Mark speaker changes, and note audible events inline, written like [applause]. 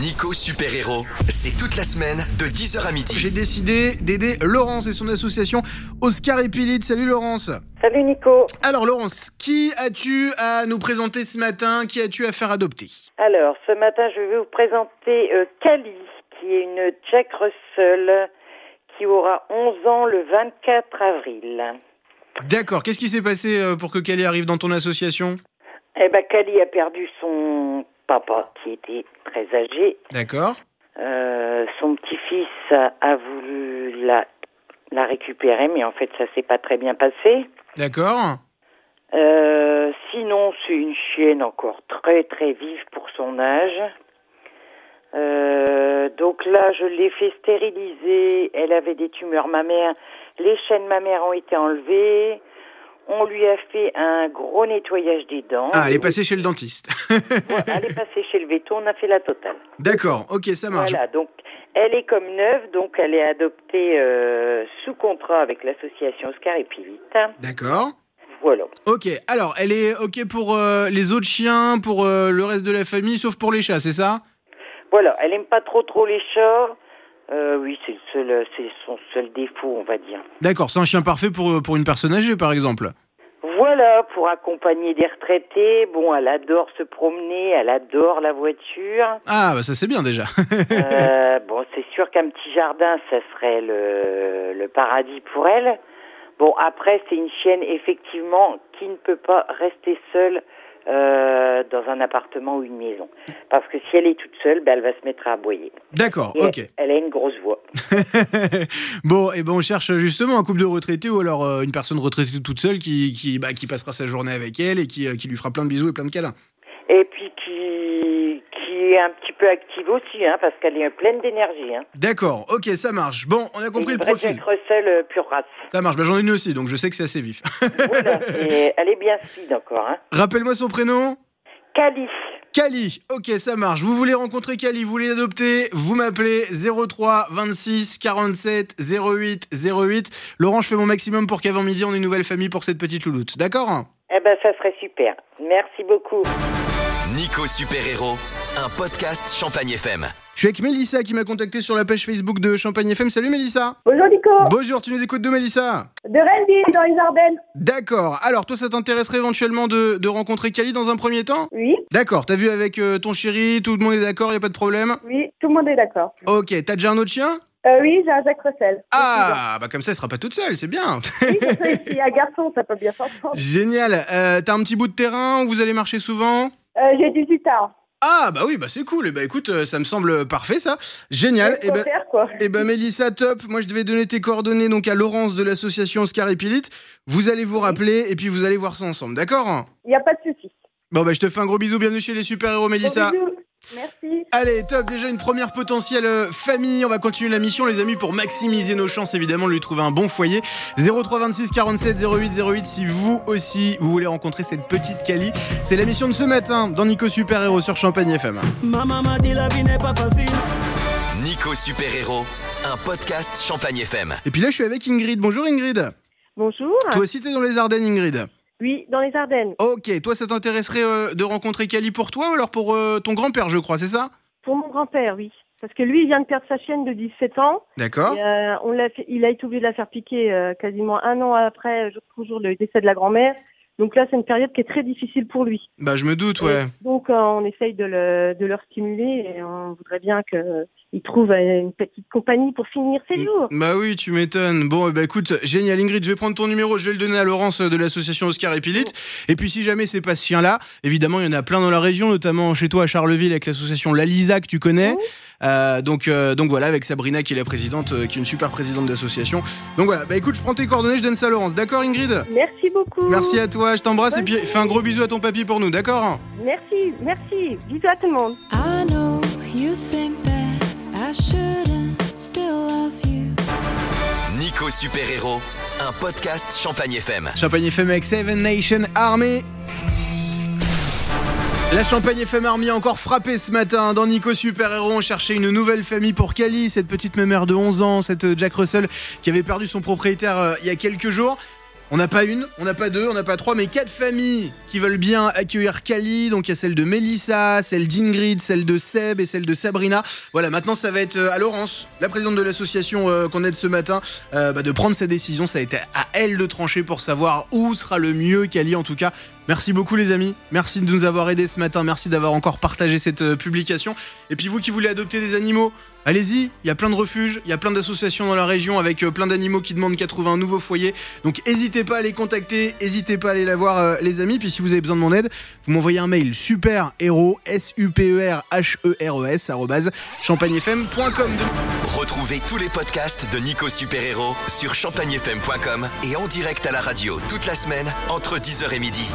Speaker 1: Nico Super Héros, c'est toute la semaine de 10h à
Speaker 2: J'ai
Speaker 1: midi.
Speaker 2: décidé d'aider Laurence et son association Oscar et Pilite. Salut Laurence.
Speaker 3: Salut Nico.
Speaker 2: Alors Laurence, qui as-tu à nous présenter ce matin Qui as-tu à faire adopter
Speaker 3: Alors, ce matin, je vais vous présenter euh, Kali, qui est une Jack Russell, qui aura 11 ans le 24 avril.
Speaker 2: D'accord. Qu'est-ce qui s'est passé euh, pour que Calais arrive dans ton association
Speaker 3: Eh ben, Kali a perdu son papa, qui était très âgé.
Speaker 2: D'accord.
Speaker 3: Euh, son petit-fils a- a voulu la, la récupérer, mais en fait, ça s'est pas très bien passé.
Speaker 2: D'accord.
Speaker 3: Euh, sinon, c'est une chienne encore très très vive pour son âge. Euh, donc là, je l'ai fait stériliser. Elle avait des tumeurs mammaires. Les chaînes mammaires ont été enlevées. On lui a fait un gros nettoyage des dents.
Speaker 2: Ah, elle est passée chez le dentiste. [laughs]
Speaker 3: Ouais, elle est passée chez le veto. On a fait la totale.
Speaker 2: D'accord. Ok, ça marche.
Speaker 3: Voilà. Donc, elle est comme neuve. Donc, elle est adoptée euh, sous contrat avec l'association Oscar et Pilite.
Speaker 2: D'accord.
Speaker 3: Voilà.
Speaker 2: Ok. Alors, elle est ok pour euh, les autres chiens, pour euh, le reste de la famille, sauf pour les chats, c'est ça
Speaker 3: Voilà, elle aime pas trop trop les chats. Euh, oui, c'est le seul, c'est son seul défaut, on va dire.
Speaker 2: D'accord. C'est un chien parfait pour pour une personne âgée, par exemple.
Speaker 3: Voilà, pour accompagner des retraités. Bon, elle adore se promener, elle adore la voiture.
Speaker 2: Ah, bah ça c'est bien déjà. [laughs]
Speaker 3: Euh, bon, c'est sûr qu'un petit jardin, ça serait le, le paradis pour elle. Bon, après, c'est une chienne effectivement qui ne peut pas rester seule euh, dans un appartement ou une maison, parce que si elle est toute seule, ben, elle va se mettre à aboyer.
Speaker 2: D'accord.
Speaker 3: Et
Speaker 2: Ok.
Speaker 3: Elle a une grosse voix.
Speaker 2: [laughs] bon, et ben on cherche justement un couple de retraités ou alors euh, une personne retraitée toute seule qui, qui, bah, qui passera sa journée avec elle et qui, euh, qui lui fera plein de bisous et plein de câlins.
Speaker 3: et puis qui, qui est un petit peu active aussi, hein, parce qu'elle est pleine d'énergie. Hein.
Speaker 2: D'accord, ok, ça marche. Bon, on a compris le
Speaker 3: une vraie
Speaker 2: profil.
Speaker 3: Jack Russell euh, pure
Speaker 2: [laughs]
Speaker 3: race.
Speaker 2: Ça marche, bah, j'en ai une aussi, donc je sais que c'est assez vif. [laughs]
Speaker 3: Voilà. Et elle est bien speed encore. Hein.
Speaker 2: Rappelle-moi son prénom
Speaker 3: Cali.
Speaker 2: Kali. Ok, ça marche. Vous voulez rencontrer Kali, vous voulez l'adopter, vous m'appelez 03 26 47 08 08. Laurent, je fais mon maximum pour qu'avant midi, on ait une nouvelle famille pour cette petite louloute. D'accord
Speaker 3: Eh ben, ça serait super. Merci beaucoup.
Speaker 1: Nico Super Héros, un podcast Champagne FM.
Speaker 2: Je suis avec Mélissa qui m'a contacté sur la page Facebook de Champagne FM. Salut Mélissa
Speaker 4: Bonjour Nico,
Speaker 2: Bonjour, tu nous écoutes de Mélissa
Speaker 4: de Rennes dans les Ardennes.
Speaker 2: D'accord. Alors, toi, ça t'intéresserait éventuellement de, de rencontrer Cali dans un premier temps
Speaker 4: Oui,
Speaker 2: D'accord, t'as vu avec euh, ton chéri, tout le monde est d'accord, y a pas de problème
Speaker 4: oui, tout le monde est d'accord.
Speaker 2: Ok, t'as déjà un autre chien
Speaker 4: Euh, oui, j'ai un Jacques Russell.
Speaker 2: Ah, bah comme ça, elle sera pas toute seule, c'est bien [laughs]
Speaker 4: Oui, ça peut être- il y a un garçon, ça peut bien s'entendre.
Speaker 2: Génial Euh, T'as un petit bout de terrain où vous allez marcher souvent
Speaker 4: Euh, j'ai 18 ans.
Speaker 2: Ah, bah oui, bah c'est cool, et bah écoute, euh, ça me semble parfait ça Génial
Speaker 4: Faut
Speaker 2: Eh ben,
Speaker 4: faire, quoi.
Speaker 2: Eh ben Mélissa, top. Moi, je devais donner tes coordonnées donc à Laurence de l'association Oscar et Pilite. Vous allez vous rappeler et puis vous allez voir ça ensemble, d'accord
Speaker 4: Il n'y a pas de souci.
Speaker 2: Bon bah je te fais un gros bisou, bienvenue chez les super-héros
Speaker 4: Bon,
Speaker 2: Mélissa.
Speaker 4: bisous. Merci.
Speaker 2: Allez, top, déjà une première potentielle euh, famille. On va continuer la mission, les amis, pour maximiser nos chances, évidemment, de lui trouver un bon foyer. 03 26 47 08 08, si vous aussi, vous voulez rencontrer cette petite Cali. C'est la mission de ce matin dans Nico Super Héros sur Champagne FM.
Speaker 5: Maman m'a dit la vie n'est pas facile.
Speaker 1: Nico Super Héros, un podcast Champagne FM.
Speaker 2: Et puis là, je suis avec Ingrid. Bonjour Ingrid.
Speaker 4: Bonjour.
Speaker 2: Toi aussi, t'es dans les Ardennes, Ingrid.
Speaker 4: Oui, dans les Ardennes.
Speaker 2: Ok, toi ça t'intéresserait euh, de rencontrer Cali pour toi ou alors pour euh, ton grand-père, je crois, c'est ça
Speaker 4: Pour mon grand-père, oui. Parce que lui, il vient de perdre sa chienne de 17 ans.
Speaker 2: D'accord.
Speaker 4: Et, euh, on l'a fait- il a été obligé de la faire piquer euh, quasiment un an après, euh, jour pour jour, le décès de la grand-mère. Donc là, c'est une période qui est très difficile pour lui.
Speaker 2: Bah je me doute, ouais.
Speaker 4: Donc, euh, on essaye de le, de le stimuler et on voudrait bien qu'il trouve euh, une petite compagnie pour finir ses jours.
Speaker 2: Bah oui, tu m'étonnes. Bon, eh bah écoute, génial Ingrid, je vais prendre ton numéro, je vais le donner à Laurence euh, de l'association Oscar et Pilite. Et puis si jamais c'est pas ce chien-là, évidemment il y en a plein dans la région, notamment chez toi à Charleville avec l'association Lalisa que tu connais.
Speaker 4: Oui.
Speaker 2: Euh, donc, euh, donc voilà, avec Sabrina qui est la présidente, euh, qui est une super présidente d'association. Donc voilà, bah écoute, je prends tes coordonnées, je donne ça à Laurence. D'accord Ingrid
Speaker 4: Merci beaucoup.
Speaker 2: Merci à toi, je t'embrasse et
Speaker 4: Bonne
Speaker 2: puis fais un gros bisou à ton papy pour nous, d'accord
Speaker 4: Merci, merci. Bisous à tout le monde.
Speaker 6: I know you think that I shouldn't still love you.
Speaker 1: Nico Super Héros, un podcast Champagne FM.
Speaker 2: Champagne FM avec Seven Nation Army. La Champagne FM Army a encore frappé ce matin dans Nico Super Héros. On cherchait une nouvelle famille pour Cali, euh, cette petite mémère de 11 ans, cette Jack Russell qui avait perdu son propriétaire euh, il y a quelques jours. On n'a pas une, on n'a pas deux, on n'a pas trois, mais quatre familles qui veulent bien accueillir Kali. Donc il y a celle de Mélissa, celle d'Ingrid, celle de Seb et celle de Sabrina. Voilà, maintenant ça va être euh, à Laurence, la présidente de l'association euh, qu'on aide ce matin, euh, bah, de prendre sa décision. Ça a été à elle de trancher pour savoir où sera le mieux Kali en tout cas. Merci beaucoup les amis, merci de nous avoir aidés ce matin, merci d'avoir encore partagé cette euh, publication. Et puis vous qui voulez adopter des animaux, allez-y, il y a plein de refuges, il y a plein d'associations dans la région avec euh, plein d'animaux qui demandent 80 nouveaux foyers. Donc n'hésitez pas à les contacter, n'hésitez pas à aller la voir euh, les amis. Puis si vous avez besoin de mon aide, vous m'envoyez un mail super héros s u p e r h e r e s arrobase champagnefm.com.
Speaker 1: Retrouvez tous les podcasts de Nico Super Héros sur champagnefm.com et en direct à la radio toute la semaine entre 10h et midi.